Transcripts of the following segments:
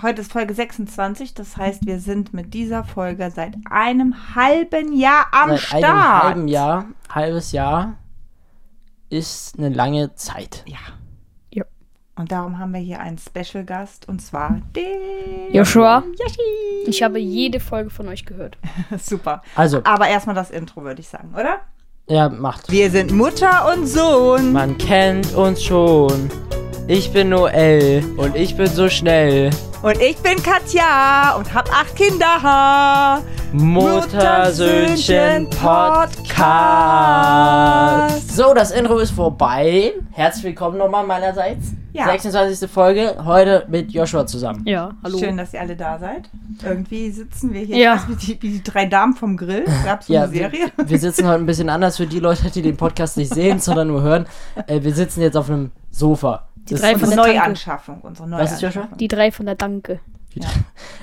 Heute ist Folge 26, das heißt, wir sind mit dieser Folge seit einem halben Jahr am Seit Start. einem halben Jahr, halbes Jahr ist eine lange Zeit. Ja. Ja. Und darum haben wir hier einen Special Gast und zwar den Joshua, Yoshi. ich habe jede Folge von euch gehört. Super. Also, Aber erstmal das Intro, würde ich sagen, oder? er macht. Wir sind Mutter und Sohn. Man kennt uns schon. Ich bin Noel und ich bin so schnell. Und ich bin Katja und hab acht Kinder. Muttersöhnchen Podcast. So, das Intro ist vorbei. Herzlich willkommen nochmal meinerseits. Ja. 26. Folge, heute mit Joshua zusammen. Ja, hallo. Schön, dass ihr alle da seid. Irgendwie sitzen wir hier Ja. fast wie, die, wie die drei Damen vom Grill. Gab's so Ja, eine Serie? Wir, wir sitzen heute ein bisschen anders für die Leute, die den Podcast nicht sehen, sondern nur hören. Äh, wir sitzen jetzt auf einem Sofa. Die drei von Unsere der Neuanschaffung. Unsere Was ist, Joshua? Neuanschaffung. Die drei von der Danke.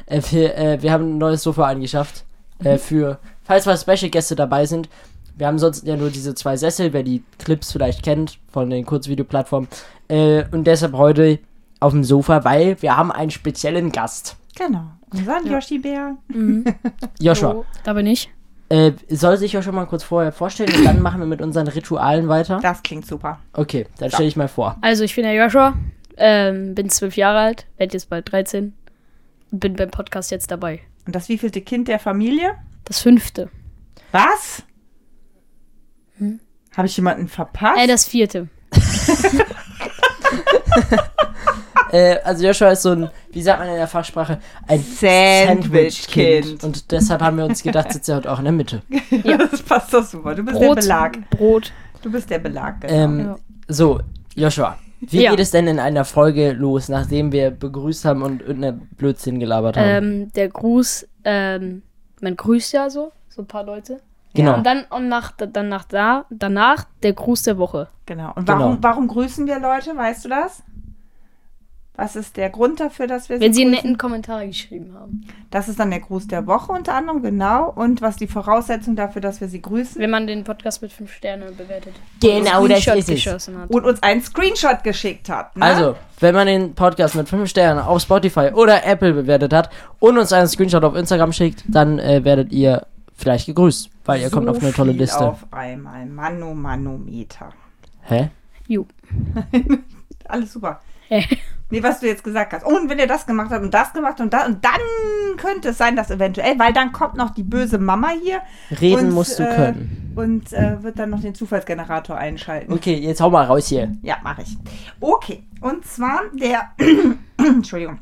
äh, wir, äh, wir haben ein neues Sofa angeschafft. Äh, Mhm. für, falls mal Special-Gäste dabei sind. Wir haben sonst ja nur diese zwei Sessel, wer die Clips vielleicht kennt von den Kurzvideoplattformen. Äh, und deshalb heute auf dem Sofa, weil wir haben einen speziellen Gast. Genau. Unseren Yoshi-Bär. Joshua, So, da bin ich. äh, soll sich Joshua mal kurz vorher vorstellen und dann machen wir mit unseren Ritualen weiter? Das klingt super. Okay, dann stelle ich mal vor. Also, ich bin der Joshua, ähm, bin zwölf Jahre alt, werde jetzt bald 13 und bin beim Podcast jetzt dabei. Und das wievielte Kind der Familie? Das fünfte. Was? Habe ich jemanden verpasst? Äh, das vierte. Äh, also Joshua ist so ein, wie sagt man in der Fachsprache, ein Sandwich-Kind. Sandwich-Kind. Und deshalb haben wir uns gedacht, sitzt er heute auch in der Mitte. ja. das passt doch super. Du bist der Brot, Belag. Brot. Du bist der Belag. Genau. Ähm, Ja. So, Joshua, wie Ja. geht es denn in einer Folge los, nachdem wir begrüßt haben und irgendeinen Blödsinn gelabert haben? Ähm, der Gruß, ähm, man grüßt ja so, so ein paar Leute. genau. Und dann und nach, dann nach da, danach der Gruß der Woche. genau. Und warum, genau. warum grüßen wir Leute? Weißt du das? Was ist der Grund dafür, dass wir Wenn sie einen grüßen? netten Kommentar geschrieben haben. Das ist dann der Gruß der Woche unter anderem, genau. Und was die Voraussetzung dafür, dass wir sie grüßen? Wenn man den Podcast mit fünf Sternen bewertet. Genau, Und das Screenshot ist es. geschossen Hat. Und uns einen Screenshot geschickt hat. Ne? Also, wenn man den Podcast mit 5 Sternen auf Spotify oder Apple bewertet hat und uns einen Screenshot auf Instagram schickt, dann äh, werdet ihr vielleicht gegrüßt, weil ihr so kommt auf eine tolle viel Liste. Auf einmal. Mano, Manometer. Hä? Jo. Alles super. Hä? Nee, was du jetzt gesagt hast. Oh, und wenn ihr das gemacht habt und das gemacht habt und das und dann könnte es sein, dass eventuell, weil dann kommt noch die böse Mama hier. Reden und, musst du äh, können. Und äh, wird dann noch den Zufallsgenerator einschalten. Okay, jetzt hau mal raus hier. Ja, mache ich. Okay, und zwar der, Entschuldigung,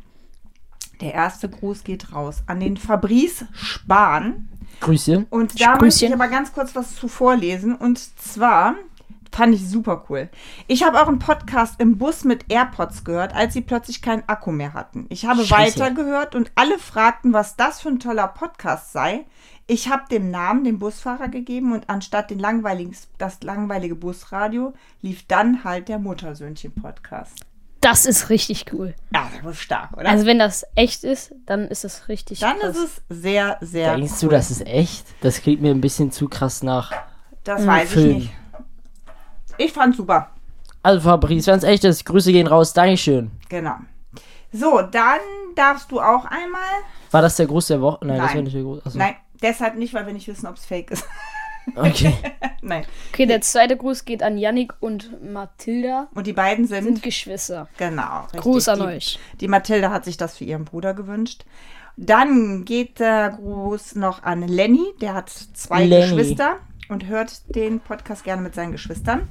der erste Gruß geht raus an den Fabrice Spahn. Grüße. Und da möchte ich Grüßchen. aber ganz kurz was zu vorlesen. Und zwar fand ich super cool. Ich habe euren Podcast im Bus mit AirPods gehört, als sie plötzlich keinen Akku mehr hatten. Ich habe Scheiße. weitergehört und alle fragten, was das für ein toller Podcast sei. Ich habe dem Namen dem Busfahrer gegeben und anstatt den langweiligen, das langweilige Busradio lief dann halt der Muttersöhnchen-Podcast. Das ist richtig cool. Ja, das ist stark, oder? Also wenn das echt ist, dann ist das richtig dann krass. ist es sehr, sehr. Denkst du, das ist echt? Das klingt mir ein bisschen zu krass nach. Das weiß ich Film. nicht. Ich fand super. Also Fabrice, wenn es echt ist, Grüße gehen raus, Dankeschön. Genau. So, dann darfst du auch einmal. War das der Gruß der Woche? Nein, das Nein. war nicht der Gruß. Achso. Nein, deshalb nicht, weil wir nicht wissen, ob es fake ist. Okay. Nein. Okay, der zweite Gruß geht an Yannick und Mathilda. Und die beiden sind. Sind Geschwister. genau. Richtig. Gruß an die, euch. Die Mathilde hat sich das für ihren Bruder gewünscht. Dann geht der Gruß noch an Lenny. Der hat zwei Lenny. Geschwister und hört den Podcast gerne mit seinen Geschwistern.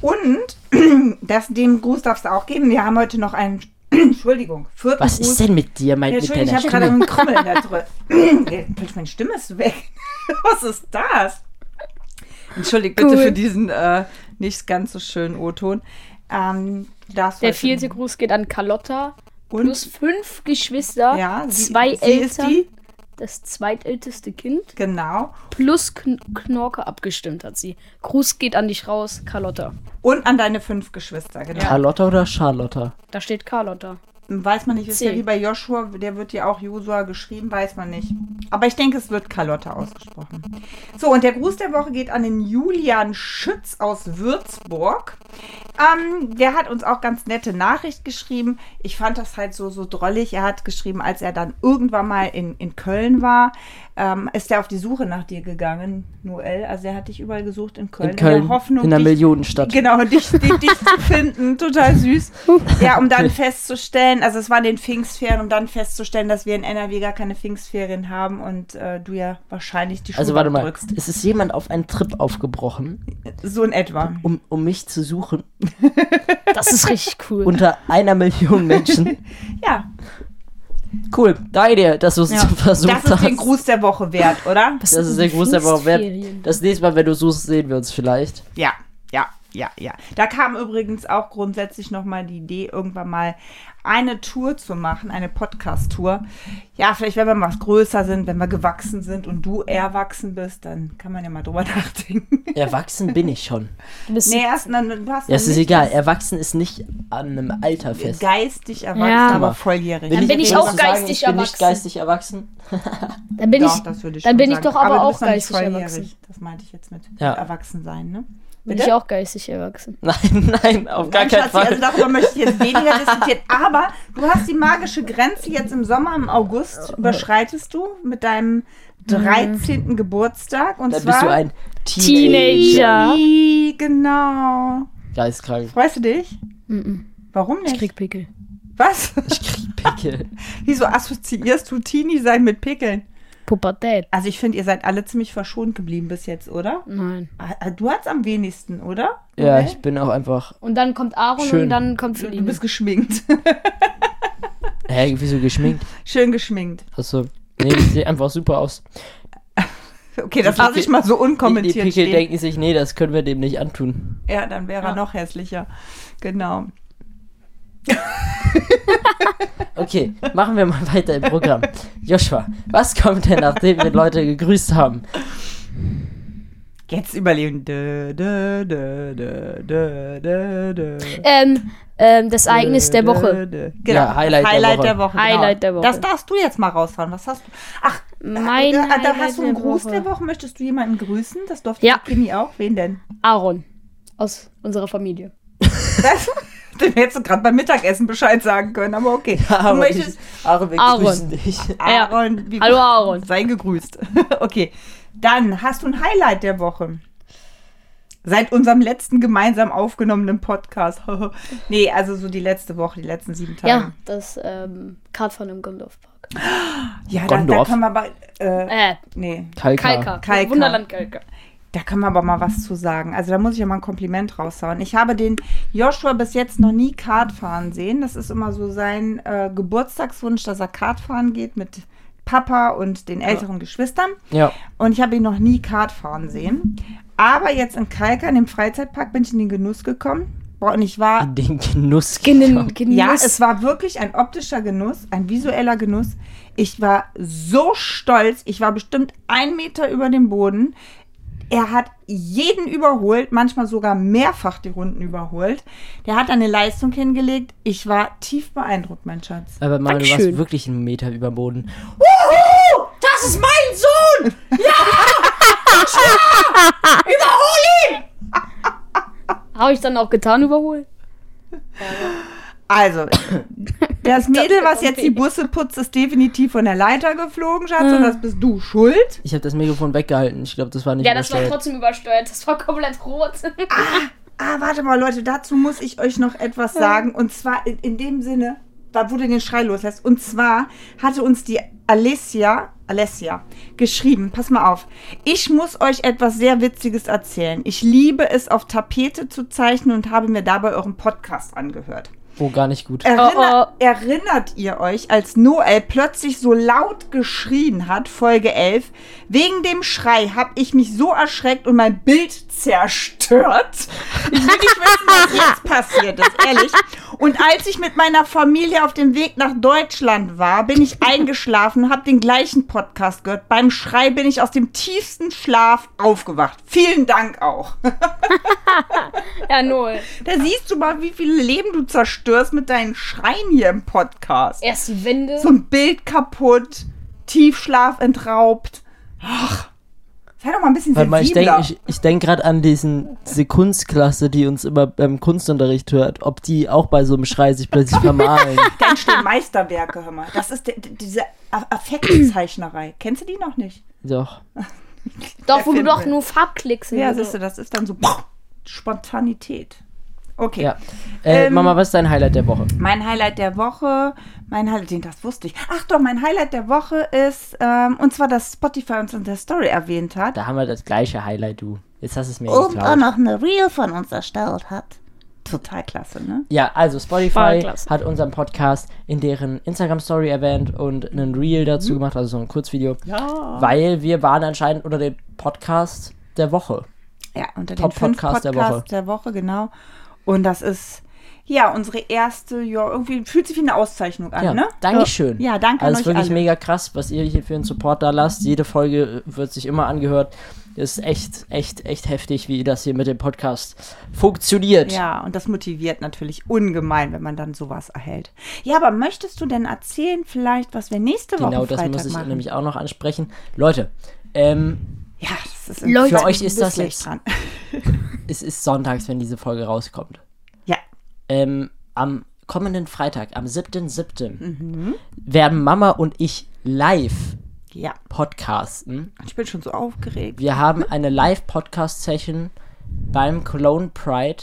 Und das, dem Gruß darfst du auch geben. Wir haben heute noch einen. Entschuldigung, vierten Was Gruß. ist denn mit dir, mein, Ja, mit Entschuldigung, ich deiner habe gerade Stimme? einen Krümmel in der Brille. Plötzlich meine Stimme ist weg. Was ist das? Entschuldigt bitte Cool. für diesen äh, nicht ganz so schönen O-Ton. Ähm, du darfst Der heute- vierte Gruß geht an Carlotta. Und? Plus fünf Geschwister, ja, sie, zwei sie ist Eltern, die, das zweitälteste Kind, genau. plus Kn Knorke abgestimmt hat sie. Gruß geht an dich raus, Carlotta. Und an deine fünf Geschwister, genau. Carlotta oder Charlotta? Da steht Carlotta. weiß man nicht. Ist ja C. wie bei Joshua, der wird ja auch Josua geschrieben, weiß man nicht. Aber ich denke, es wird Carlotta ausgesprochen. So, und der Gruß der Woche geht an den Julian Schütz aus Würzburg. Ähm, der hat uns auch ganz nette Nachricht geschrieben. Ich fand das halt so, so drollig. Er hat geschrieben, als er dann irgendwann mal in, in Köln war, ähm, ist er auf die Suche nach dir gegangen, Noel. Also er hat dich überall gesucht in Köln. In Köln, in der dich- Millionenstadt. Genau, dich, dich, dich zu finden, total süß. Ja, um dann festzustellen, also es waren den Pfingstferien, um dann festzustellen, dass wir in NRW gar keine Pfingstferien haben und äh, du ja wahrscheinlich die Schule Also warte mal, drückst. es ist jemand auf einen Trip aufgebrochen, So in etwa. um, um mich zu suchen, Das ist richtig cool. unter einer Million Menschen. Ja, Cool, danke dir, dass du es ja. das versucht ist hast. den Gruß der Woche wert, oder? Was Das ist sind der die Gruß der Woche Pfingstferien? wert. Das nächste Mal, wenn du suchst, sehen wir uns vielleicht. Ja, ja, ja, ja. Da kam übrigens auch grundsätzlich nochmal die Idee, irgendwann mal eine Tour zu machen, eine Podcast-Tour. Ja, vielleicht, wenn wir mal größer sind, wenn wir gewachsen sind und du erwachsen bist, dann kann man ja mal drüber nachdenken. Erwachsen bin ich schon. Du bist- Nee, erst dann, du hast noch Ja, es ist nicht egal, erwachsen ist nicht an einem Alter das fest. geistig erwachsen, Ja. aber volljährig. Dann bin ich jetzt auch so sagen, geistig ich bin Nicht erwachsen. geistig erwachsen. Dann bin Doch, ich, das würde ich dann schon bin ich sagen. doch aber, du auch bist noch nicht geistig volljährig. erwachsen. Das meinte ich jetzt mit Ja. Erwachsensein, ne? Bin Bitte? ich auch geistig erwachsen. Nein, nein, auf gar Nein, keinen Schatzi, also Fall. darüber möchte ich jetzt weniger diskutieren. Aber du hast die magische Grenze jetzt im Sommer, im August, überschreitest du mit deinem Mhm. 13. Geburtstag. Und Dann zwar. bist du ein Teenager. Teenager. Ja. I, Genau. Geistkrank. Freust du dich? Mhm. Warum Ich nicht? krieg Pickel. Was? Ich krieg Pickel. Wieso assoziierst du Teenie-Sein mit Pickeln? Pubertät. Also ich finde, ihr seid alle ziemlich verschont geblieben bis jetzt, oder? Nein. Ah, Du hattest am wenigsten, oder? Ja, Okay. ich bin auch einfach. Und dann kommt Aaron Schön. und dann kommt Du, Feline. du bist geschminkt. Hä, wieso geschminkt? Schön geschminkt. Achso. Nee, ich sehe einfach super aus. Okay, das Die lasse Pickel- ich mal so Die, die unkommentiert Pickel stehen. denken sich, nee, das können wir dem nicht antun. Ja, dann wäre er Ja. noch hässlicher. Genau. Okay, machen wir mal weiter im Programm. Joshua, was kommt denn, nachdem wir Leute gegrüßt haben? Jetzt überleben. Dö, dö, dö, dö, dö, dö, dö. ähm, ähm, das Ereignis der Dö, Woche. dö. Genau. Ja, Highlight der Woche. der Woche. genau. Highlight der Woche. Das darfst du jetzt mal raushauen. Was hast du? Ach, Mein äh, äh, da Highlight hast du einen der Gruß Woche. der Woche. Möchtest du jemanden grüßen? Das durfte Ja. die Kimi auch. Wen denn? Aaron. Aus unserer Familie. Das, dem hättest du gerade beim Mittagessen Bescheid sagen können, aber okay. du Aaron, möchtest. ich, Aaron, wir Aaron. grüßen dich. Ja. Aaron, wie- Hallo, Aaron. Sei gegrüßt. Okay. Dann hast du ein Highlight der Woche. Seit unserem letzten gemeinsam aufgenommenen Podcast. nee, also so die letzte Woche, die letzten sieben Tage. Ja, das ähm, Kartfahren im Gondorfpark. Ja, da, da Gondorf. können wir aber. Äh, Äh, nee, Kalka. Kalka. Wunderland Kalka. da können wir aber mal was zu sagen. Also da muss ich ja mal ein Kompliment raushauen. Ich habe den Joshua bis jetzt noch nie Kart fahren sehen. Das ist immer so sein äh, Geburtstagswunsch, dass er Kart fahren geht mit Papa und den älteren Geschwistern. Ja. Und ich habe ihn noch nie Kart fahren sehen. Aber jetzt in Kalka, in dem Freizeitpark, bin ich in den Genuss gekommen. Boah, und ich war. In den Genuss. Gen gekommen. Genuss. Ja, es war wirklich ein optischer Genuss, ein visueller Genuss. Ich war so stolz. Ich war bestimmt ein Meter über dem Boden. Er hat jeden überholt, manchmal sogar mehrfach die Runden überholt. Der hat eine Leistung hingelegt. Ich war tief beeindruckt, mein Schatz. Aber Mann, du warst Dankeschön. wirklich einen Meter über dem Boden. Das ist mein Sohn! Habe ich dann auch getan überholt? Also, das Mädel, was jetzt die Busse putzt, ist definitiv von der Leiter geflogen, Schatz, und das bist du schuld. Ich habe das Mikrofon weggehalten. Ich glaube, das war nicht Ja, das war übersteuert. trotzdem übersteuert. Das war komplett rot. Ah, warte mal, Leute, dazu muss ich euch noch etwas sagen. Und zwar in, in dem Sinne, da wo du den Schrei loslässt. Und zwar hatte uns die Alessia, Alessia geschrieben, pass mal auf, ich muss euch etwas sehr Witziges erzählen. Ich liebe es, auf Tapete zu zeichnen und habe mir dabei euren Podcast angehört. Oh, gar nicht gut. Äh, Erinner, Oh, Erinnert ihr euch, als Noel plötzlich so laut geschrien hat, Folge 11, wegen dem Schrei habe ich mich so erschreckt und mein Bild zerstört. Ich will nicht wissen, was jetzt passiert ist, ehrlich. Und als ich mit meiner Familie auf dem Weg nach Deutschland war, bin ich eingeschlafen, habe den gleichen Podcast gehört. Beim Schrei bin ich aus dem tiefsten Schlaf aufgewacht. Vielen Dank auch. Ja, null. Da siehst du mal, wie viele Leben du zerstörst mit deinen Schreien hier im Podcast. Erst die Wände. So ein Bild kaputt, Tiefschlaf entraubt. Ach, sei doch mal ein bisschen Warte mal, ich sensibler. denke ich, ich denk gerade an diesen, diese Kunstklasse, die uns immer beim Kunstunterricht hört, ob die auch bei so einem Schrei sich plötzlich vermalen. Ganz schön Meisterwerke, hör mal. Das ist der- diese A- Affektzeichnerei. Kennst du die noch nicht? Doch. Doch, wo du Erfinden doch will. nur Farbklicks Ja, und so. siehst du, das ist dann so Spontanität. Okay. Ja. Äh, Ähm, Mama, was ist dein Highlight der Woche? Mein Highlight der Woche, mein Highlight, den das wusste ich. Ach doch, mein Highlight der Woche ist, ähm, und zwar, dass Spotify uns in der Story erwähnt hat Da haben wir das gleiche Highlight, du. Jetzt hast du es mir und auch geklaut. noch eine Reel von uns erstellt hat. Total klasse, ne? Ja, also Ah, Spotify klasse. hat unseren Podcast in deren Instagram-Story erwähnt und einen Reel dazu gemacht, also so ein Kurzvideo. Mhm. Ja. Weil wir waren anscheinend unter dem Podcast der Woche. Ja, unter den Top fünf Podcast Podcast der der Woche. der Woche, genau. Und das ist, ja, unsere erste, ja, irgendwie fühlt sich wie eine Auszeichnung an, Ja, ne? Dankeschön. Ja, danke an Also es euch ist wirklich alle. mega krass, was ihr hier für einen Support da lasst. Jede Folge wird sich immer angehört. Ist echt, echt, echt heftig, wie das hier mit dem Podcast funktioniert. Ja, und das motiviert natürlich ungemein, wenn man dann sowas erhält. Ja, aber möchtest du denn erzählen vielleicht, was wir nächste Woche genau, das Freitag muss ich machen? nämlich auch noch ansprechen. Leute, ähm, Ja, das ist Leute, für euch du ist bist das gleich jetzt- dran. es ist sonntags, wenn diese Folge rauskommt. Ja, Ähm, am kommenden Freitag, am 7.7., werden Mama und ich live ja. podcasten. Ich bin schon so aufgeregt. Wir haben eine Live-Podcast-Session beim Cologne Pride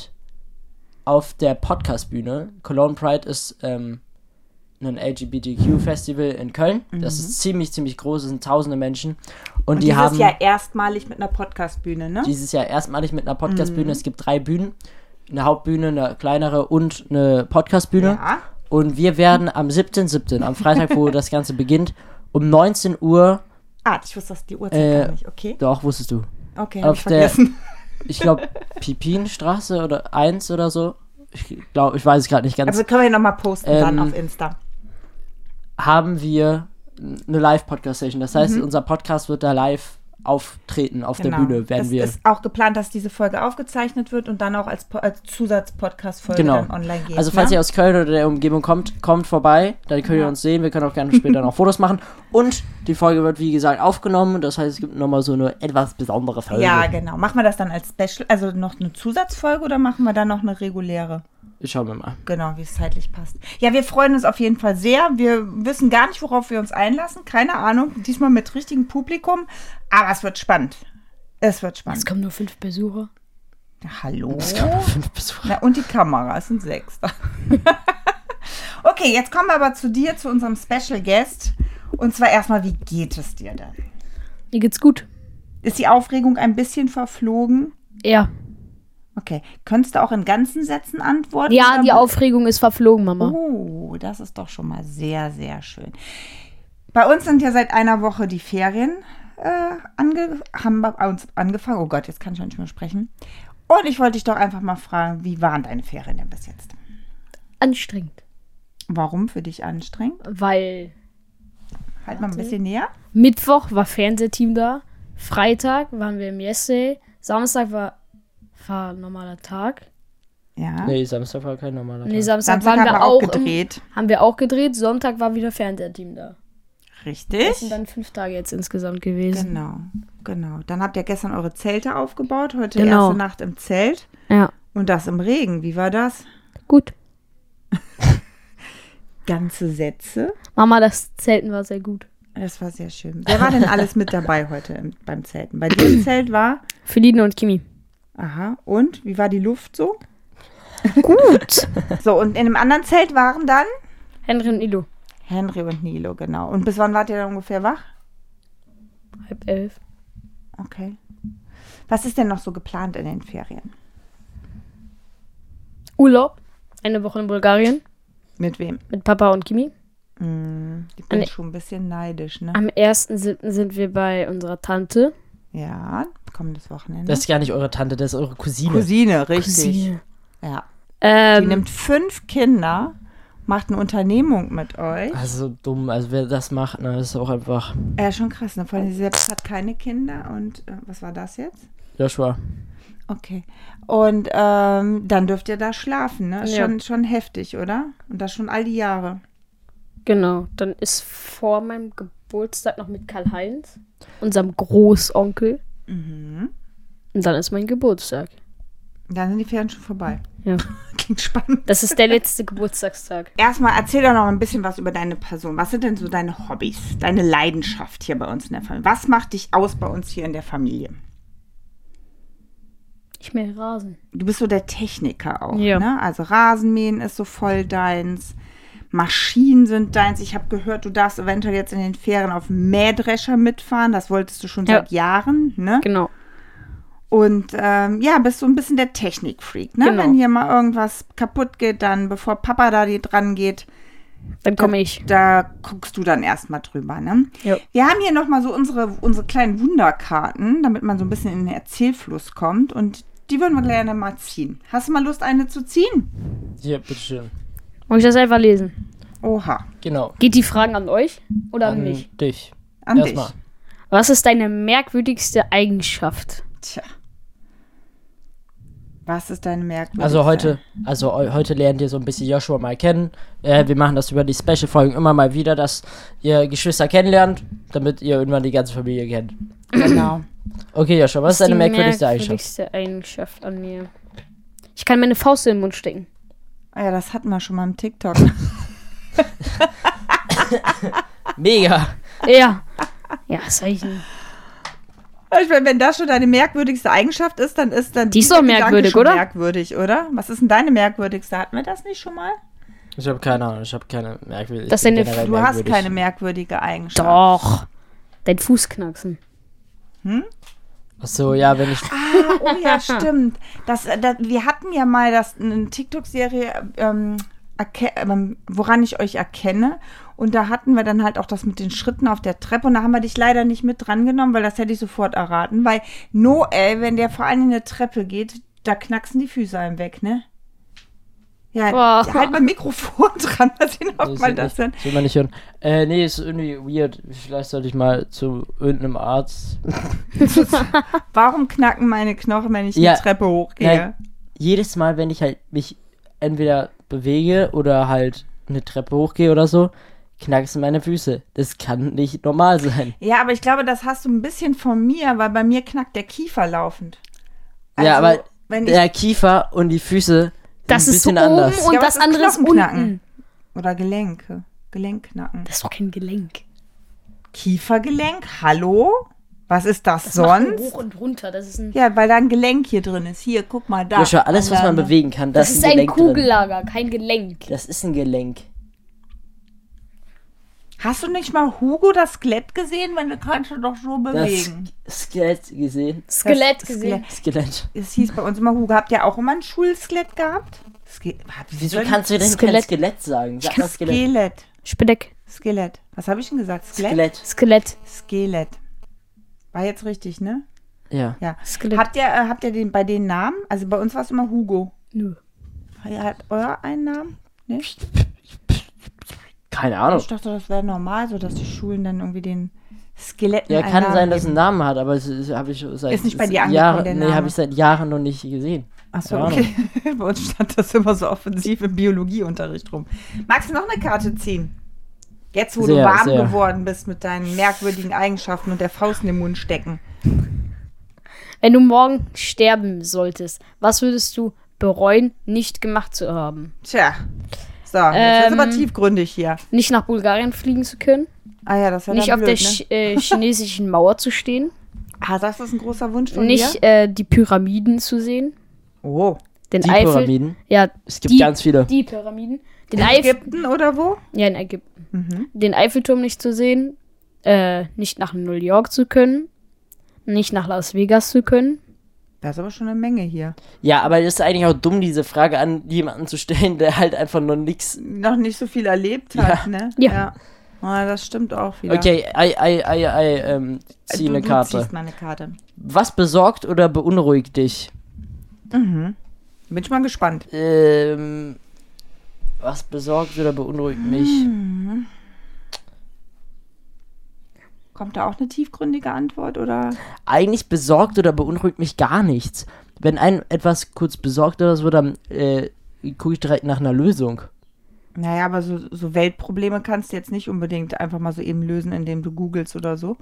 auf der Podcast-Bühne. Cologne Pride ist ähm, ein LGBTQ-Festival in Köln. Das ist ziemlich, ziemlich groß. Es sind tausende Menschen. Und, die Mhm. Dieses haben Jahr erstmalig mit einer Podcastbühne, ne? dieses Jahr erstmalig mit einer Podcast-Bühne. Mhm. Es gibt drei Bühnen. Eine Hauptbühne, eine kleinere und eine Podcast-Bühne. Ja. Und wir werden am 7.7., am Freitag, wo das Ganze beginnt, um 19 Uhr, Ah, ich wusste das die Uhrzeit Äh, gar nicht. Okay. doch, wusstest du, Okay, hab auf ich der, vergessen. ich glaube, Pipinstraße oder 1 oder so. Ich glaube, ich weiß es gerade nicht ganz. Also können wir nochmal posten dann Ähm, auf Insta. haben wir eine Live-Podcast-Session. Das Mhm. heißt, unser Podcast wird da live auftreten auf der Bühne, werden es wir. Genau. ist auch geplant, dass diese Folge aufgezeichnet wird und dann auch als, Po- als Zusatzpodcast-Folge Genau. dann online geht. Also falls ne? ihr aus Köln oder der Umgebung kommt, kommt vorbei. Dann könnt ihr uns sehen. Wir können auch gerne später noch Fotos machen. Und die Folge wird, wie gesagt, aufgenommen. Das heißt, es gibt nochmal so eine etwas besondere Folge. ja, genau. Machen wir das dann als Special, also noch eine Zusatzfolge oder machen wir dann noch eine reguläre? Schauen wir mal. Genau, wie es zeitlich passt. Ja, wir freuen uns auf jeden Fall sehr. Wir wissen gar nicht, worauf wir uns einlassen. Keine Ahnung. Diesmal mit richtigem Publikum. Aber es wird spannend. Es wird Es spannend. kommen nur fünf Besucher. Hallo? Es kommen noch fünf Besucher. Na, und die Kamera. Es sind sechs. okay, jetzt kommen wir aber zu dir, zu unserem Special Guest. Und zwar erstmal, wie geht es dir denn? Mir geht's gut. Ist die Aufregung ein bisschen verflogen? Ja. Okay. Könntest du auch in ganzen Sätzen antworten? Ja, Oder- die Aufregung ist verflogen, Mama. Oh, das ist doch schon mal sehr, sehr schön. Bei uns sind ja seit einer Woche die Ferien äh, ange haben bei uns angefangen. Oh Gott, jetzt kann ich nicht mehr sprechen. Und ich wollte dich doch einfach mal fragen, wie waren deine Ferien denn bis jetzt? Anstrengend. Warum für dich anstrengend? Weil Halt mal ein bisschen näher. Mittwoch war Fernsehteam da. Freitag waren wir im Jesse. Samstag war, war ein normaler Tag. Ja. Nee, Samstag war kein normaler Tag. Nee, Samstag, Samstag waren haben wir wir auch auch im- gedreht. haben wir auch gedreht. Sonntag war wieder Fernsehteam da. Das sind Richtig. dann fünf Tage jetzt insgesamt gewesen. Genau, genau. Dann habt ihr gestern eure Zelte aufgebaut, heute Genau. erste Nacht im Zelt Ja. und das im Regen. Wie war das? Gut. Ganze Sätze. Mama, das Zelten war sehr gut. Das war sehr schön. Wer war denn alles mit dabei heute im, beim Zelten? Bei dir im Zelt war. Feline und Kimi. Aha. Und wie war die Luft so? Gut. So, und in dem anderen Zelt waren dann Henry und Ilo. Henry und Nilo, genau. Und bis wann wart ihr dann ungefähr wach? Halb elf. Okay. Was ist denn noch so geplant in den Ferien? Urlaub. Eine Woche in Bulgarien Mit wem? mit Papa und Kimi. Ich bin An- schon ein bisschen neidisch, ne? Am 1.7. sind wir bei unserer Tante. Ja, kommendes Wochenende. Das ist gar nicht eure Tante, das ist eure Cousine. Cousine, richtig. Cousine. Ja. Die Ähm, nimmt fünf Kinder, macht eine Unternehmung mit euch. Also dumm, also wer das macht, ne, ist auch einfach. Ja, schon krass. Ne? Vor allem sie selbst hat keine Kinder und äh, was war das jetzt? Joshua. Okay. Und ähm, dann dürft ihr da schlafen, ne? Ist Ja. Schon, schon heftig, oder? Und das schon all die Jahre. Genau, dann ist vor meinem Geburtstag noch mit Karl-Heinz, unserem Großonkel. Mhm. Und dann ist mein Geburtstag. Dann sind die Ferien schon vorbei. Ja. Klingt spannend. Das ist der letzte Geburtstagstag. Erstmal erzähl doch noch ein bisschen was über deine Person. Was sind denn so deine Hobbys, deine Leidenschaft hier bei uns in der Familie? Was macht dich aus bei uns hier in der Familie? Ich mähe Rasen. Du bist so der Techniker auch, Ja. ne? Also Rasenmähen ist so voll deins. Maschinen sind deins. Ich habe gehört, du darfst eventuell jetzt in den Ferien auf dem Mähdrescher mitfahren. Das wolltest du schon Ja. seit Jahren, ne? Genau. Und ähm, ja, bist so ein bisschen der Technikfreak, ne? Genau. Wenn hier mal irgendwas kaputt geht, dann bevor Papa da die- dran geht, Dann komme ich. da guckst du dann erstmal drüber, ne? Ja. Wir haben hier nochmal so unsere, unsere kleinen Wunderkarten, damit man so ein bisschen in den Erzählfluss kommt. Und die würden wir gerne mal ziehen. Hast du mal Lust, eine zu ziehen? Hier, bitteschön. Muss ich das einfach lesen? Oha, Genau. Geht die Fragen an euch oder an mich? dich. an Erstmal. dich. Was ist deine merkwürdigste Eigenschaft? Tja. Was ist deine Merkmal? Also heute, also eu- heute lernt ihr so ein bisschen Joshua mal kennen. Äh, wir machen das über die Special-Folgen immer mal wieder, dass ihr Geschwister kennenlernt, damit ihr irgendwann die ganze Familie kennt. Genau. Okay, Joshua, was ist deine Die merkwürdigste Eigenschaft? merkwürdigste Eigenschaft an mir. Ich kann meine Faust in den Mund stecken. Ah ja, das hatten wir schon mal im TikTok. Mega! Ja. Ja, das sag ich nicht. Ich meine, wenn das schon deine merkwürdigste Eigenschaft ist, dann ist dann Die ist doch dieser Gedanke merkwürdig, schon oder? merkwürdig, oder? Was ist denn deine merkwürdigste? Hatten wir das nicht schon mal? Ich habe keine Ahnung, ich habe keine merkwürdige Das ich bin sind- generell Du hast merkwürdig. keine merkwürdige Eigenschaft. Doch. Dein Fuß knacksen. Ach so, ja, wenn ich. Oh ja, stimmt. Das, äh, das, wir hatten ja mal das, eine TikTok-Serie, ähm, erke- ähm, woran ich euch erkenne. Und da hatten wir dann halt auch das mit den Schritten auf der Treppe. Und da haben wir dich leider nicht mit drangenommen, weil das hätte ich sofort erraten. Weil Noel, wenn der vor allem in eine Treppe geht, da knacksen die Füße einem weg, ne? Ja, Boah. ja, halt mal Mikrofon dran, mal sehen, ob Nee, man sieht das dann. nicht, sieht man nicht hören. Äh, nee, ist irgendwie weird. Vielleicht sollte ich mal zu irgendeinem Arzt. Warum knacken meine Knochen, wenn ich Ja. die Treppe hochgehe? Nein, jedes Mal, wenn ich halt mich entweder bewege oder halt eine Treppe hochgehe oder so, knacksen meine Füße. Das kann nicht normal sein. Ja, aber ich glaube, das hast du ein bisschen von mir, weil bei mir knackt der Kiefer laufend. Also, ja, aber wenn ich der Kiefer und die Füße sind Das ein ist so bisschen oben anders. und Ja, aber es das ist andere ist Knochenknacken. unten. oder Gelenke, Gelenkknacken. Das ist doch kein Gelenk. Kiefergelenk? Hallo? Was ist das, Das macht man sonst? Hoch und runter. Das ist ein, Ja, weil da ein Gelenk hier drin ist. Hier, guck mal da. Joshua, alles, was man Alleine. bewegen kann, das, das ist ein ein Gelenk drin. Kugellager, kein Gelenk. Das ist ein Gelenk. Hast du nicht mal Hugo das Skelett gesehen? Wenn du kannst du doch so Das bewegen. Skelett gesehen. Skelett Das- gesehen. Skelett. Es hieß bei uns immer Hugo. Habt ihr auch immer ein Schulskelett gehabt? Ske Wieso kannst du denn Skelett, Skelett. Skelett sagen? Sag mal das Skelett. Skelett? Spedeck. Skelett. Was habe ich denn gesagt? Skelett? Skelett. Skelett. Skelett. War jetzt richtig, ne? Ja. Ja. Skelett. Habt ihr, äh, habt ihr den bei den Namen? Also bei uns war es immer Hugo. Nö. Hat euer einen Namen? Nee? Keine Ahnung. Ich dachte, das wäre normal, so dass die Schulen dann irgendwie den Skeletten Ja, einen kann Namen sein, dass es geben. einen Namen hat, aber es habe ich seit Ist nicht bei es- dir angekommen, Jahren, der Nee, Name. habe ich seit Jahren noch nicht gesehen. Ach so, Keine Ahnung. okay. bei uns stand das immer so offensiv im Biologieunterricht rum. Magst du noch eine Karte ziehen? Jetzt, wo du Sehr, warm sehr. geworden bist mit deinen merkwürdigen Eigenschaften und der Faust in den Mund stecken. Wenn du morgen sterben solltest, was würdest du bereuen, nicht gemacht zu haben? Tja. So, jetzt ähm, Ähm. aber tiefgründig hier. Nicht nach Bulgarien fliegen zu können, Ah ja, das wäre nicht dann auf der blöd, ne? Ch- äh, chinesischen Mauer zu stehen, Ah, das ist ein großer Wunsch von dir? nicht äh, die Pyramiden zu sehen, Oh. den Die Eifel. Pyramiden. Ja, Es gibt die, ganz viele. Die Pyramiden. Den Eifel. Ägypten oder wo? Ja, in Ägypten. Den Eiffelturm nicht zu sehen, äh, nicht nach New York zu können, nicht nach Las Vegas zu können. Da ist aber schon eine Menge hier. Ja, aber das ist eigentlich auch dumm, diese Frage an jemanden zu stellen, der halt einfach noch nichts. Noch nicht so viel erlebt hat, ne? Ja. Ah, das stimmt auch wieder. Okay, ei, ei, ei, ei, ähm, zieh du, eine Du Karte. ziehst mal eine Karte. Was besorgt oder beunruhigt dich? Mhm. Bin ich mal gespannt. Ähm, was Hm. besorgt oder beunruhigt mich? Kommt da auch eine tiefgründige Antwort oder? Eigentlich besorgt oder beunruhigt mich gar nichts. Wenn ein etwas kurz besorgt oder so, dann äh, gucke ich direkt nach einer Lösung. Naja, aber so, so Weltprobleme kannst du jetzt nicht unbedingt einfach mal so eben lösen, indem du googelst oder so.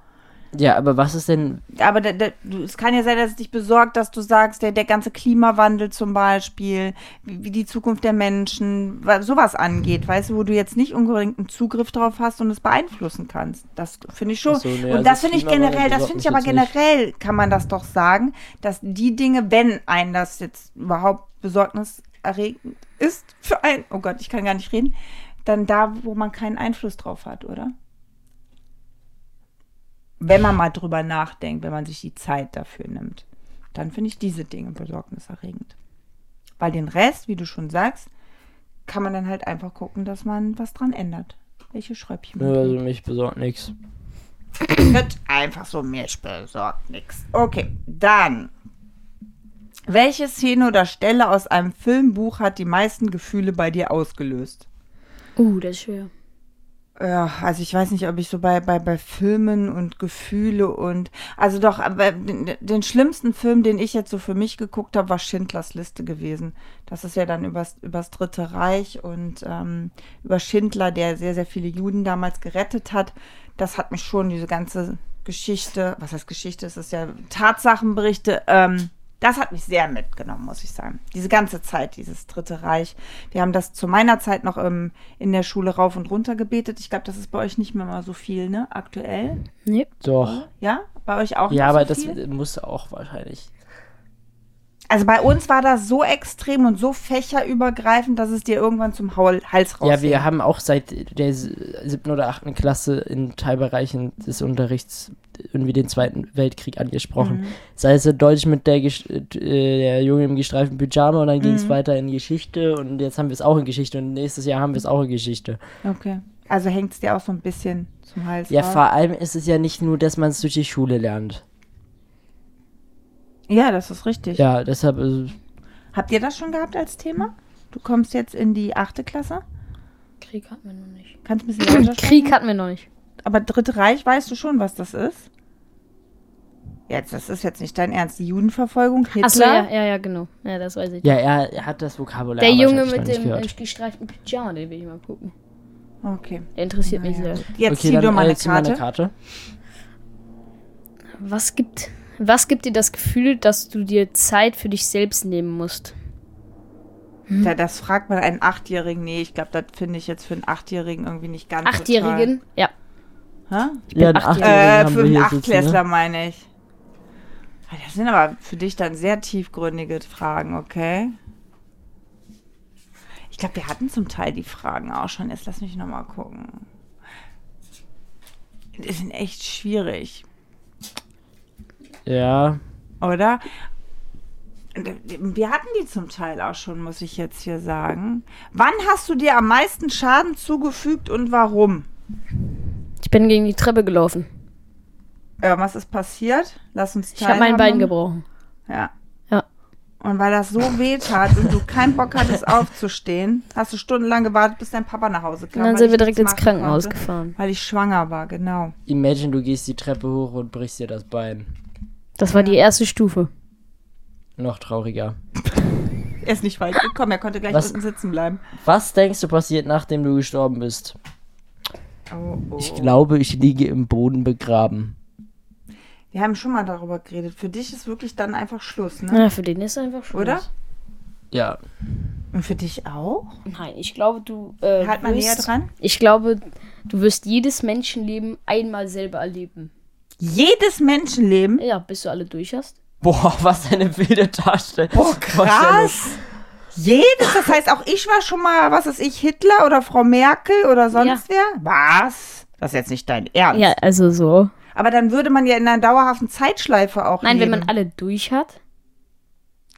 Ja, aber was ist denn. Aber da, da, du- es kann ja sein, dass es dich besorgt, dass du sagst, der, der ganze Klimawandel zum Beispiel, wie, wie die Zukunft der Menschen, wa- sowas angeht, weißt du, wo du jetzt nicht unbedingt einen Zugriff drauf hast und es beeinflussen kannst. Das finde ich schon. Ach so, nee, und also das finde ich Klimawandel generell, das besorgt finde mich ich aber jetzt nicht. generell, kann man das doch sagen, dass die Dinge, wenn ein das jetzt überhaupt besorgniserregend ist für einen, oh Gott, ich kann gar nicht reden, dann da, wo man keinen Einfluss drauf hat, oder? wenn man mal drüber nachdenkt, wenn man sich die Zeit dafür nimmt, dann finde ich diese Dinge besorgniserregend. Weil den Rest, wie du schon sagst, kann man dann halt einfach gucken, dass man was dran ändert. Welche Schröppchen. Nö, Also mich besorgt nichts. Wird einfach so, mich besorgt nichts. Okay, dann. Welche Szene oder Stelle aus einem Filmbuch hat die meisten Gefühle bei dir ausgelöst? Uh, das ist schwer. Ja, also ich weiß nicht, ob ich so bei, bei, bei Filmen und Gefühle und also doch, aber den, den schlimmsten Film, den ich jetzt so für mich geguckt habe, war Schindlers Liste gewesen. Das ist ja dann übers, übers Dritte Reich und ähm, über Schindler, der sehr, sehr viele Juden damals gerettet hat. Das hat mich schon, diese ganze Geschichte, was heißt Geschichte, es ist ja Tatsachenberichte, ähm, das hat mich sehr mitgenommen, muss ich sagen. Diese ganze Zeit, dieses Dritte Reich. Wir haben das zu meiner Zeit noch ähm, in der Schule rauf und runter gebetet. Ich glaube, das ist bei euch nicht mehr mal so viel, ne? Aktuell. Nee. Doch. Ja? Bei euch auch Ja, nicht aber so Hm? das viel? muss auch wahrscheinlich. Also bei uns war das so extrem und so fächerübergreifend, dass es dir irgendwann zum Haul Hals raus. Ja, wir haben auch seit der s- siebten oder achten Klasse in Teilbereichen des Unterrichts irgendwie den Zweiten Weltkrieg angesprochen. Sei es in Deutsch mit der, Gesch- äh, der Junge im gestreiften Pyjama und dann ging es weiter in Geschichte und jetzt haben wir es auch in Geschichte und nächstes Jahr haben wir es auch in Geschichte. Okay. Also hängt es dir auch so ein bisschen zum Hals Ja, raus. vor allem ist es ja nicht nur, dass man es durch die Schule lernt. Ja, das ist richtig. Ja, deshalb äh, Habt ihr das schon gehabt als Thema? Du kommst jetzt in die achte Klasse. Krieg hatten wir noch nicht. Kannst ein bisschen lauter sprechen? Krieg hatten wir noch nicht. Aber Dritte Reich, weißt du schon, was das ist? Jetzt, das ist jetzt nicht dein Ernst. Die Judenverfolgung, Hitler. Achso, ja, ja, ja, genau. Ja, das weiß ich. Ja, er, er hat das Vokabular. Der Junge wahrscheinlich noch mit nicht dem gehört. äh, gestreiften Pyjama, den will ich mal gucken. Okay. Der interessiert mich Naja. sehr. Jetzt okay, zieh dann, du mal äh, eine zieh mal eine Karte. Karte. Was gibt, was gibt dir das Gefühl, dass du dir Zeit für dich selbst nehmen musst? Hm? Da, das fragt man einen Achtjährigen. Nee, ich glaube, das finde ich jetzt für einen Achtjährigen irgendwie nicht ganz so toll. Achtjährigen? Ja. Hä? Ja, einen Achtjährigen Achtjährigen Äh, haben für einen wir hier sitzen, ne? Achtklässler meine ich. Ah, Das sind aber für dich dann sehr tiefgründige Fragen, okay? Ich glaube, wir hatten zum Teil die Fragen auch schon. Jetzt lass mich nochmal gucken. Die sind echt schwierig, Ja, oder? Wir hatten die zum Teil auch schon, muss ich jetzt hier sagen. Wann hast du dir am meisten Schaden zugefügt und warum? Ich bin gegen die Treppe gelaufen. Irgendwas Äh, ist passiert? Lass uns Ich habe mein Bein teilhaben. gebrochen. Ja. Ja. Und weil das so weh tat und du keinen Bock hattest aufzustehen, hast du stundenlang gewartet, bis dein Papa nach Hause kam. Und dann weil sind ich wir direkt nichts ins machen Krankenhaus konnte, gefahren. Weil ich schwanger war, genau. imagine, du gehst die Treppe hoch und brichst dir das Bein. Das war die erste Stufe. Noch trauriger. Er ist nicht weit gekommen, er konnte gleich Was? unten sitzen bleiben. Was denkst du passiert, nachdem du gestorben bist? Oh, oh. Ich glaube, ich liege im Boden begraben. Wir haben schon mal darüber geredet. Für dich ist wirklich dann einfach Schluss, ne? Na, für den ist einfach schon. Oder? was. Ja. Und für dich auch? Nein, ich glaube, du. Äh, Halt mal wirst- näher dran. Ich glaube, du wirst jedes Menschenleben einmal selber erleben. Jedes Menschenleben. Ja, bis du alle durch hast. Boah, was eine wilde Darstellung. Oh, krass. Jedes, das heißt auch ich war schon mal, was ist ich, Hitler oder Frau Merkel oder sonst wer? Was? Das ist jetzt nicht dein Ernst. Ja, also so. Aber dann würde man ja in einer dauerhaften Zeitschleife auch Nein, wenn leben. man alle durch hat.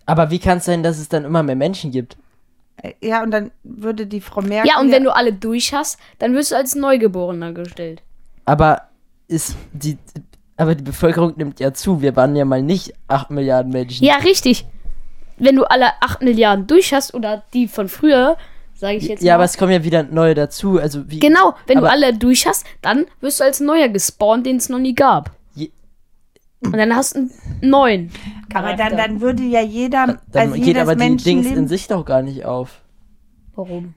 Aber wie kann es sein, dass es dann immer mehr Menschen gibt? man Äh, ja und dann würde die Frau Merkel Ja, und wenn du alle durch hast, dann wirst du als Neugeborener gestellt. Aber ist die. Aber die Bevölkerung nimmt ja zu. Wir waren ja mal nicht 8 Milliarden Menschen. Ja, richtig. Wenn du alle 8 Milliarden durch hast oder die von früher, Sage ich jetzt Ja, mal. aber es kommen ja wieder neue dazu. Also wie Genau, wenn aber- du alle durch hast, dann wirst du als Neuer gespawnt, den es noch nie gab. Je- Und dann hast du einen neuen. Aber Charakter. dann, dann würde ja jeder, dann also geht jedes aber die Dings Menschenleben. in sich doch gar nicht auf. Warum?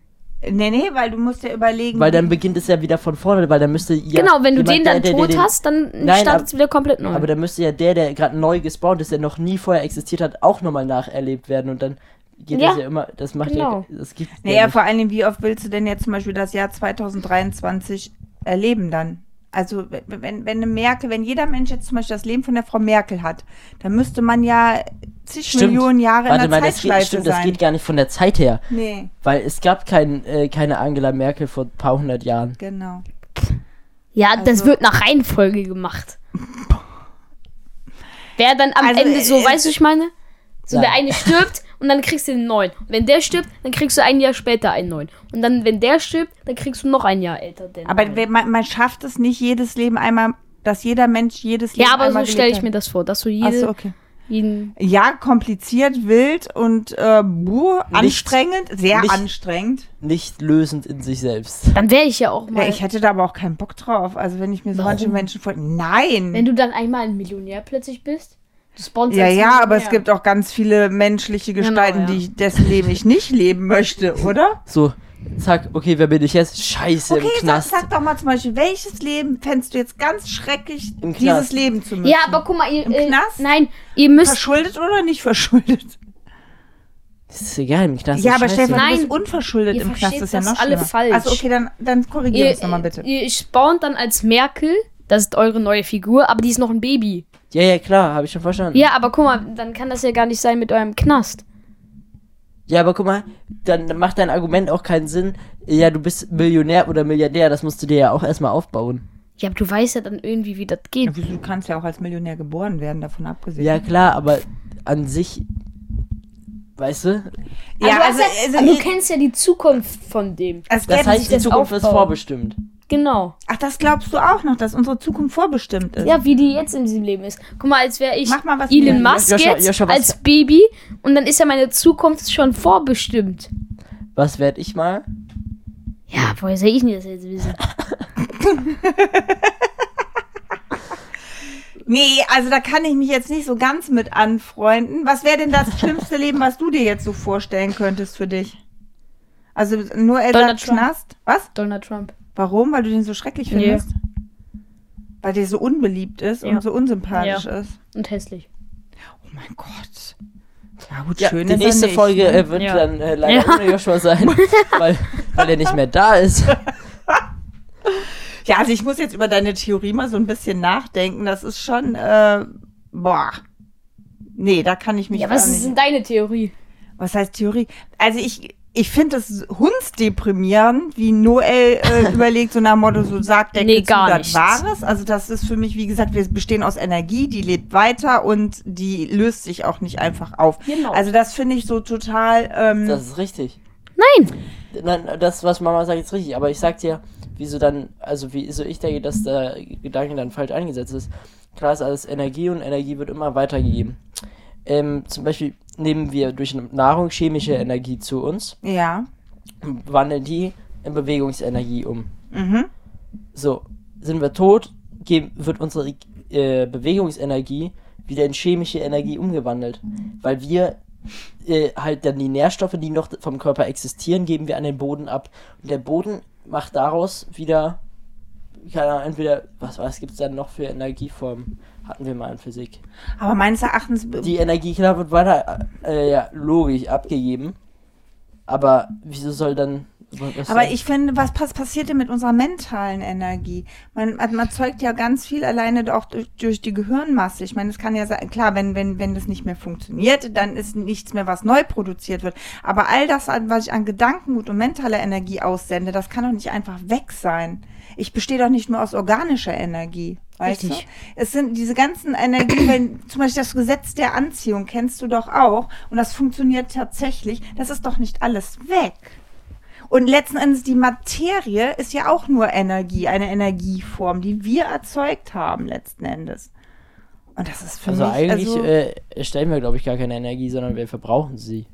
Nee, nee, weil du musst ja überlegen. Weil dann beginnt es ja wieder von vorne, weil dann müsste ja genau, wenn du jemand, den der- dann der- der- tot den- hast, dann Nein, startet es wieder komplett neu. Aber dann müsste ja der, der gerade neu gespawnt ist, der noch nie vorher existiert hat, auch nochmal nacherlebt werden und dann geht Ja, das ja immer, das macht genau. ja, das gibt naja, ja vor allen Dingen, wie oft willst du denn jetzt zum Beispiel das Jahr 2023 erleben dann? Also, wenn- wenn, wenn eine Merkel, wenn jeder Mensch jetzt zum Beispiel das Leben von der Frau Merkel hat, dann müsste man ja zig Millionen Jahre Warte in der mal, das geht, Zeitschleife stimmt, sein. das geht gar nicht von der Zeit her, nee, weil es gab kein, äh, keine Angela Merkel vor ein paar hundert Jahren. genau. ja, das also- wird nach Reihenfolge gemacht. Wer dann am Also, Ende so, äh, weißt du, ich meine? So, Nein. der eine stirbt und dann kriegst du den neuen. Und wenn der stirbt, dann kriegst du ein Jahr später einen neuen. Und dann, wenn der stirbt, dann kriegst du noch ein Jahr älter. Den Aber neuen. wenn man, man schafft es nicht, jedes Leben einmal, dass jeder Mensch jedes Leben ja, aber einmal so stelle gelebt ich mir hat. das vor, dass du Ach jede, so, okay. jeden. Ja, kompliziert, wild und äh, buh, anstrengend, sehr nicht- anstrengend. Nicht lösend in sich selbst. Dann wäre ich ja auch mal. Ja, ich hätte da aber auch keinen Bock drauf. Also wenn ich mir so manche Menschen vor. Nein! Wenn du dann einmal ein Millionär plötzlich bist, du sponsorst. ja, ja, aber es Millionär. gibt auch ganz viele menschliche Genau, Gestalten, ja. die ich, dessen Leben ich nicht leben möchte, oder? So, zack, okay, wer bin ich jetzt? Scheiße, Okay, im sag, Knast. sag doch mal zum Beispiel, welches Leben fändest du jetzt ganz schrecklich, Im dieses Knast. Leben zu müssen? Ja, aber guck mal, ihr. Im äh, Knast? Nein, ihr müsst. Verschuldet oder nicht verschuldet? Ist egal, im Knast Ja, ist aber Also scheiße. Stefan, du Nein. bist unverschuldet Ihr im Knast, versteht ist ja das noch alle schlimmer. falsch. Also okay, dann, dann korrigier Ihr, uns nochmal bitte. ihr spawnt dann als Merkel, das ist eure neue Figur, aber die ist noch ein Baby. Ja, ja, klar, habe ich schon verstanden. Ja, aber guck mal, dann kann das ja gar nicht sein mit eurem Knast. Ja, aber guck mal, dann macht dein Argument auch keinen Sinn. Ja, du bist Millionär oder Milliardär, das musst du dir ja auch erstmal aufbauen. Ja, aber du weißt ja dann irgendwie, wie das Ja, geht. wieso, du kannst ja auch als Millionär geboren werden, davon abgesehen. Ja, klar, aber an sich, weißt du, Ja, aber du, hast also, ja- also, aber du ich- Also kennst ja die Zukunft von dem. es das gäbe heißt, sich die das Zukunft ist aufbauen. vorbestimmt. Genau. Ach, das glaubst du auch noch, dass unsere Zukunft vorbestimmt ist? Ja, wie die jetzt in diesem Leben ist. Guck mal, als wäre ich Mach mal was Elon mit- Musk Joshua- jetzt Joshua, was- als Baby und dann ist ja meine Zukunft schon vorbestimmt. Was werd ich mal? Ja, woher soll ich denn das jetzt wissen? Nee, also da kann ich mich jetzt nicht so ganz mit anfreunden. Was wäre denn das schlimmste Leben, was du dir jetzt so vorstellen könntest für dich? Also nur Elsa Donald Trump. Knast? Was? Donald Trump. Warum? Weil du den so schrecklich Nee. findest? Weil der so unbeliebt ist Ja. und so unsympathisch ist. Und hässlich. Oh mein Gott. Ja gut, Ja, schön die ist nächste er nicht. Folge äh, wird Ja. dann äh, leider Ja. ohne Joshua sein, weil, weil er nicht mehr da ist. Ja, also ich muss jetzt über deine Theorie mal so ein bisschen nachdenken. Das ist schon, äh, boah. Nee, da kann ich mich Ja, gar was nicht. ist denn deine Theorie? Was heißt Theorie? Also ich, ich finde es hundsdeprimierend, wie Noel äh, überlegt, so nach dem Motto, so sagt der Nee, Kids, gar das nichts. Wahres. Also das ist für mich, wie gesagt, wir bestehen aus Energie, die lebt weiter und die löst sich auch nicht einfach auf. Genau. Also das finde ich so total... Ähm, Das ist richtig. Nein! Nein, das, was Mama sagt, ist richtig. Aber ich sag dir, wieso dann, also wieso ich denke, dass der Gedanke dann falsch eingesetzt ist. Klar ist alles Energie und Energie wird immer weitergegeben. Ähm, zum Beispiel nehmen wir durch Nahrung chemische Energie zu uns ja. und wandeln die in Bewegungsenergie um. So, sind wir tot, ge- wird unsere äh, Bewegungsenergie wieder in chemische Energie umgewandelt. Weil wir äh, halt dann die Nährstoffe, die noch vom Körper existieren, geben wir an den Boden ab. Und der Boden macht daraus wieder, keine Ahnung, entweder, was, was gibt es dann noch für Energieformen? Hatten wir mal in Physik. Aber meines Erachtens... Die Energie, klar, wird weiter, äh, ja, logisch abgegeben. Aber wieso soll dann. was Aber soll- ich finde, was pass passiert denn mit unserer mentalen Energie? Man, man erzeugt ja ganz viel alleine auch durch, durch die Gehirnmasse. Ich meine, es kann ja sein, klar, wenn, wenn, wenn das nicht mehr funktioniert, dann ist nichts mehr, was neu produziert wird. Aber all das, an- was ich an Gedankengut und mentaler Energie aussende, das kann doch nicht einfach weg sein. Ich bestehe doch nicht nur aus organischer Energie. Weißt Richtig. du? Es sind diese ganzen Energien, wenn zum Beispiel das Gesetz der Anziehung kennst du doch auch und das funktioniert tatsächlich. Das ist doch nicht alles weg. Und letzten Endes, die Materie ist ja auch nur Energie, eine Energieform, die wir erzeugt haben, letzten Endes. Und das ist für Also mich. eigentlich also, äh, stellen wir, glaube ich, gar keine Energie, sondern wir verbrauchen sie.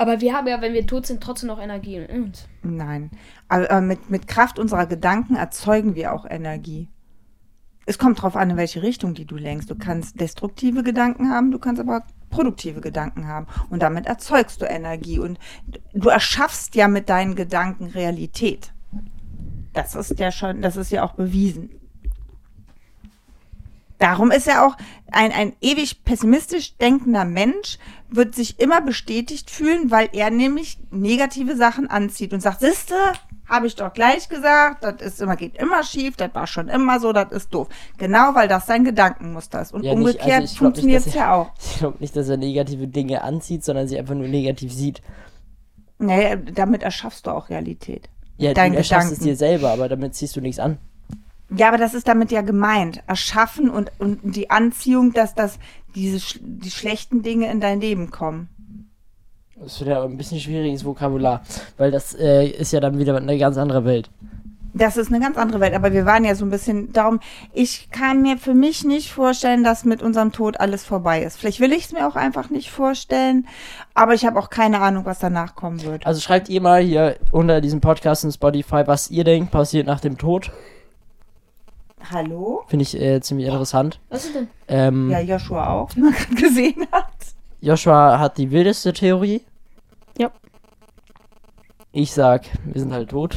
Aber wir haben ja, wenn wir tot sind, trotzdem noch Energie in uns. Nein. Aber äh, mit, mit Kraft unserer Gedanken erzeugen wir auch Energie. Es kommt drauf an, in welche Richtung die du lenkst. Du kannst destruktive Gedanken haben, du kannst aber produktive Gedanken haben. Und damit erzeugst du Energie. Und du erschaffst ja mit deinen Gedanken Realität. Das ist ja schon, das ist ja auch bewiesen. Darum ist ja auch ein, ein ewig pessimistisch denkender Mensch, wird sich immer bestätigt fühlen, weil er nämlich negative Sachen anzieht und sagt, siehste, habe ich doch gleich gesagt, das ist immer, geht immer schief, das war schon immer so, das ist doof. Genau, weil das sein Gedankenmuster ist. Und Ja, nicht- also umgekehrt ich glaub nicht, funktioniert es dass er- ja auch. Ich glaube nicht, dass er negative Dinge anzieht, sondern sie einfach nur negativ sieht. Naja, damit erschaffst du auch Realität. Ja, Dein du erschaffst es Gedanken. dir selber, aber damit ziehst du nichts an. Ja, aber das ist damit ja gemeint. Erschaffen und, und die Anziehung, dass das, diese, sch- die schlechten Dinge in dein Leben kommen. Das wird ja ein bisschen schwieriges Vokabular, weil das äh, ist ja dann wieder eine ganz andere Welt. Das ist eine ganz andere Welt, aber wir waren ja so ein bisschen darum. Ich kann mir für mich nicht vorstellen, dass mit unserem Tod alles vorbei ist. Vielleicht will ich es mir auch einfach nicht vorstellen, aber ich habe auch keine Ahnung, was danach kommen wird. Also schreibt ihr mal hier unter diesem Podcast in Spotify, was ihr denkt, passiert nach dem Tod. Hallo? Finde ich äh, ziemlich interessant. Was ist denn? Ähm, Ja, Joshua auch, wie man gerade gesehen hat. Joshua hat die wildeste Theorie. Ja. Ich sag, wir sind halt tot.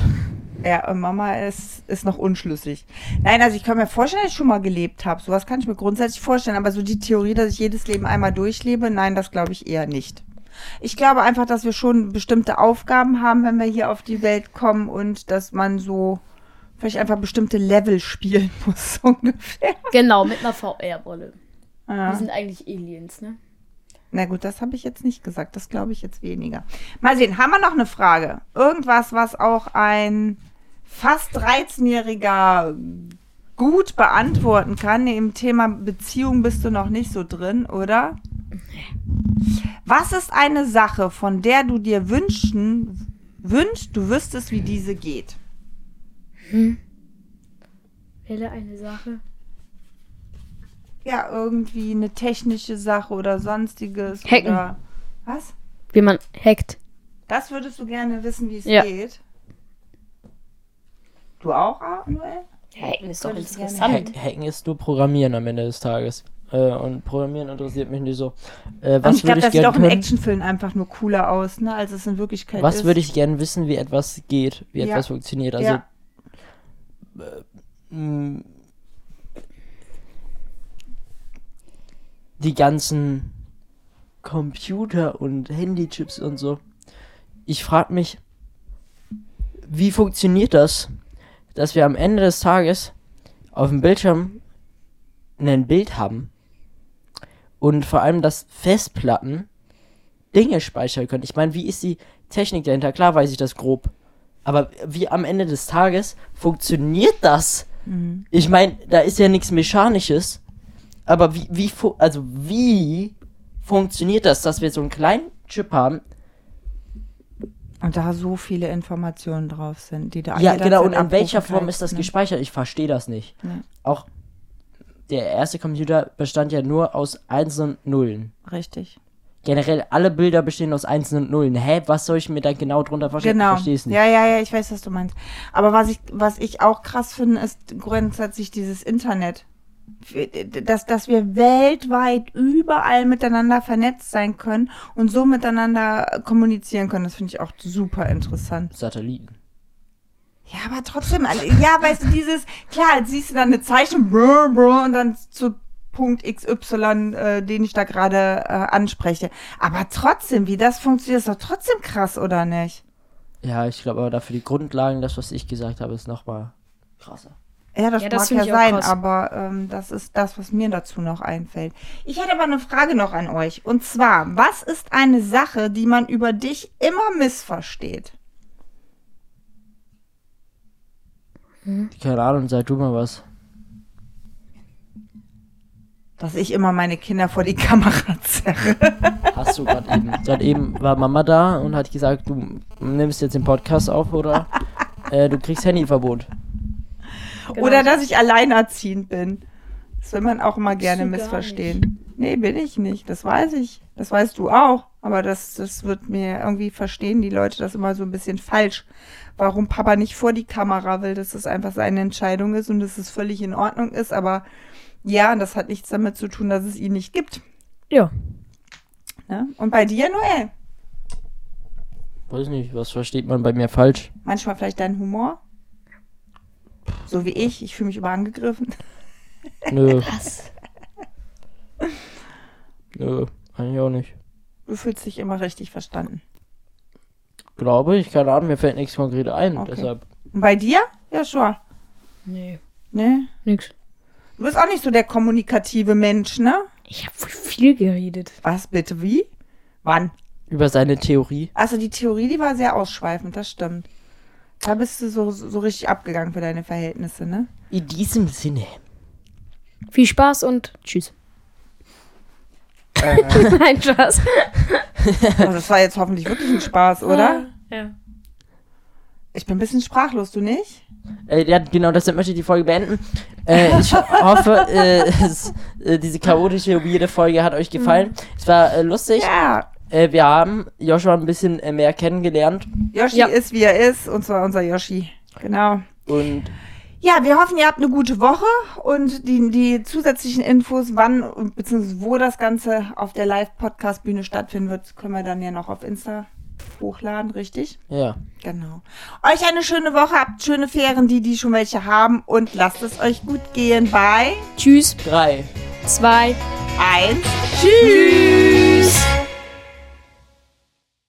Ja, und Mama ist, ist noch unschlüssig. Nein, also ich kann mir vorstellen, dass ich schon mal gelebt habe. Sowas kann ich mir grundsätzlich vorstellen. Aber so die Theorie, dass ich jedes Leben einmal durchlebe, nein, das glaube ich eher nicht. Ich glaube einfach, dass wir schon bestimmte Aufgaben haben, wenn wir hier auf die Welt kommen und dass man so vielleicht einfach bestimmte Level spielen muss, so ungefähr. Genau, mit einer VR-Brille. Wir Ja. sind eigentlich Aliens, ne? Na gut, das habe ich jetzt nicht gesagt. Das glaube ich jetzt weniger. Mal sehen, haben wir noch eine Frage? Irgendwas, was auch ein fast 13-Jähriger gut beantworten kann. Im Thema Beziehung bist du noch nicht so drin, oder? Was ist eine Sache, von der du dir wünschen, wünschst, du wüsstest, wie diese geht? Wähle eine Sache. Ja, irgendwie eine technische Sache oder sonstiges. Hacken. Oder was? Wie man hackt. Das würdest du gerne wissen, wie es Ja. geht. Du auch, ah, Noel? Hacken ist doch doch Würdest du interessant. Hack, Hacken ist nur Programmieren am Ende des Tages. Äh, und Programmieren interessiert mich nicht so. Äh, Und was Also ich glaube, würde ich das sieht gerne auch in können? Actionfilmen einfach nur cooler aus, ne, als es in Wirklichkeit ist. Was würde ich gerne wissen, wie etwas geht, wie Ja. etwas funktioniert? Also ja. mh, die ganzen Computer und Handychips und so. Ich frage mich, wie funktioniert das, dass wir am Ende des Tages auf dem Bildschirm ein Bild haben und vor allem, dass Festplatten Dinge speichern können. Ich meine, wie ist die Technik dahinter? Klar weiß ich das grob. Aber wie am Ende des Tages funktioniert das? Ich meine, da ist ja nichts Mechanisches. Aber wie, wie, fu- also wie funktioniert das, dass wir so einen kleinen Chip haben? Und da so viele Informationen drauf sind, die da ja, jederzeit genau. Und in abrufen welcher Form kannst, ist das ne? gespeichert? Ich verstehe das nicht. Ja. Auch der erste Computer bestand ja nur aus Einsen und Nullen. Richtig. Generell alle Bilder bestehen aus Einsen und Nullen. Hä, was soll ich mir da genau drunter verstehen? Genau. Ich verstehe es nicht. Ja, ja, ja, ich weiß, was du meinst. Aber was ich, was ich auch krass finde, ist grundsätzlich dieses Internet. Dass, dass wir weltweit überall miteinander vernetzt sein können und so miteinander kommunizieren können, das finde ich auch super interessant. Satelliten. Ja, aber trotzdem, also, ja, weißt du, dieses, klar, jetzt siehst du dann eine Zeichnung brr, brr, und dann zu Punkt XY, äh, den ich da gerade äh, anspreche. Aber trotzdem, wie das funktioniert, ist doch trotzdem krass, oder nicht? Ja, ich glaube aber dafür die Grundlagen, das, was ich gesagt habe, ist nochmal krasser. Ja, das Ja, mag das ja find ich auch sein, krass. aber ähm, das ist das, was mir dazu noch einfällt. Ich hätte aber eine Frage noch an euch. Und zwar, was ist eine Sache, die man über dich immer missversteht? Keine Ahnung, sag du mal was. Dass ich immer meine Kinder vor die Kamera zerre. Hast du gerade eben. Gerade eben war Mama da und hat gesagt, du nimmst jetzt den Podcast auf oder äh, du kriegst Handyverbot. Genau. Oder dass ich alleinerziehend bin. Das will man auch immer gerne du gar missverstehen. Nee, bin ich nicht. Das weiß ich. Das weißt du auch. Aber das, das wird mir irgendwie verstehen, die Leute das immer so ein bisschen falsch. Warum Papa nicht vor die Kamera will, dass das einfach seine Entscheidung ist und dass es völlig in Ordnung ist. Aber ja, das hat nichts damit zu tun, dass es ihn nicht gibt. Ja. Ne? Und bei dir, Noel? Weiß nicht, was versteht man bei mir falsch? Manchmal vielleicht dein Humor? So wie ich. Ich fühle mich immer angegriffen. Nö, Was? nö, eigentlich auch nicht. Du fühlst dich immer richtig verstanden. Glaube ich, keine Ahnung, mir fällt nichts konkret ein. Okay. Deshalb. Und bei dir? Ja, schon. Nee. Ne? Nix. Du bist auch nicht so der kommunikative Mensch, ne? Ich habe wohl viel geredet. Was bitte, wie? Wann? Über seine Theorie. Also die Theorie, die war sehr ausschweifend, das stimmt. Da bist du so, so richtig abgegangen für deine Verhältnisse, ne? In diesem Sinne. Viel Spaß und tschüss. Nein, Spaß. Also das war jetzt hoffentlich wirklich ein Spaß, oder? Ja. Ich bin ein bisschen sprachlos, du nicht? Äh, ja, genau, deshalb möchte ich die Folge beenden. Äh, ich hoffe, äh, es, äh, diese chaotische, weirde Folge hat euch gefallen. Es war äh, lustig. Ja. Äh, wir haben Joshua ein bisschen äh, mehr kennengelernt. Yoshi Ja. ist, wie er ist, und zwar unser Yoshi. Genau. Und Ja, wir hoffen, ihr habt eine gute Woche und die, die zusätzlichen Infos, wann und beziehungsweise wo das Ganze auf der Live-Podcast-Bühne stattfinden wird, können wir dann ja noch auf Insta hochladen, richtig? ja. Genau. Euch eine schöne Woche, habt schöne Ferien, die, die schon welche haben und lasst es euch gut gehen bei Tschüss. Drei. Zwei. 1. Tschüss!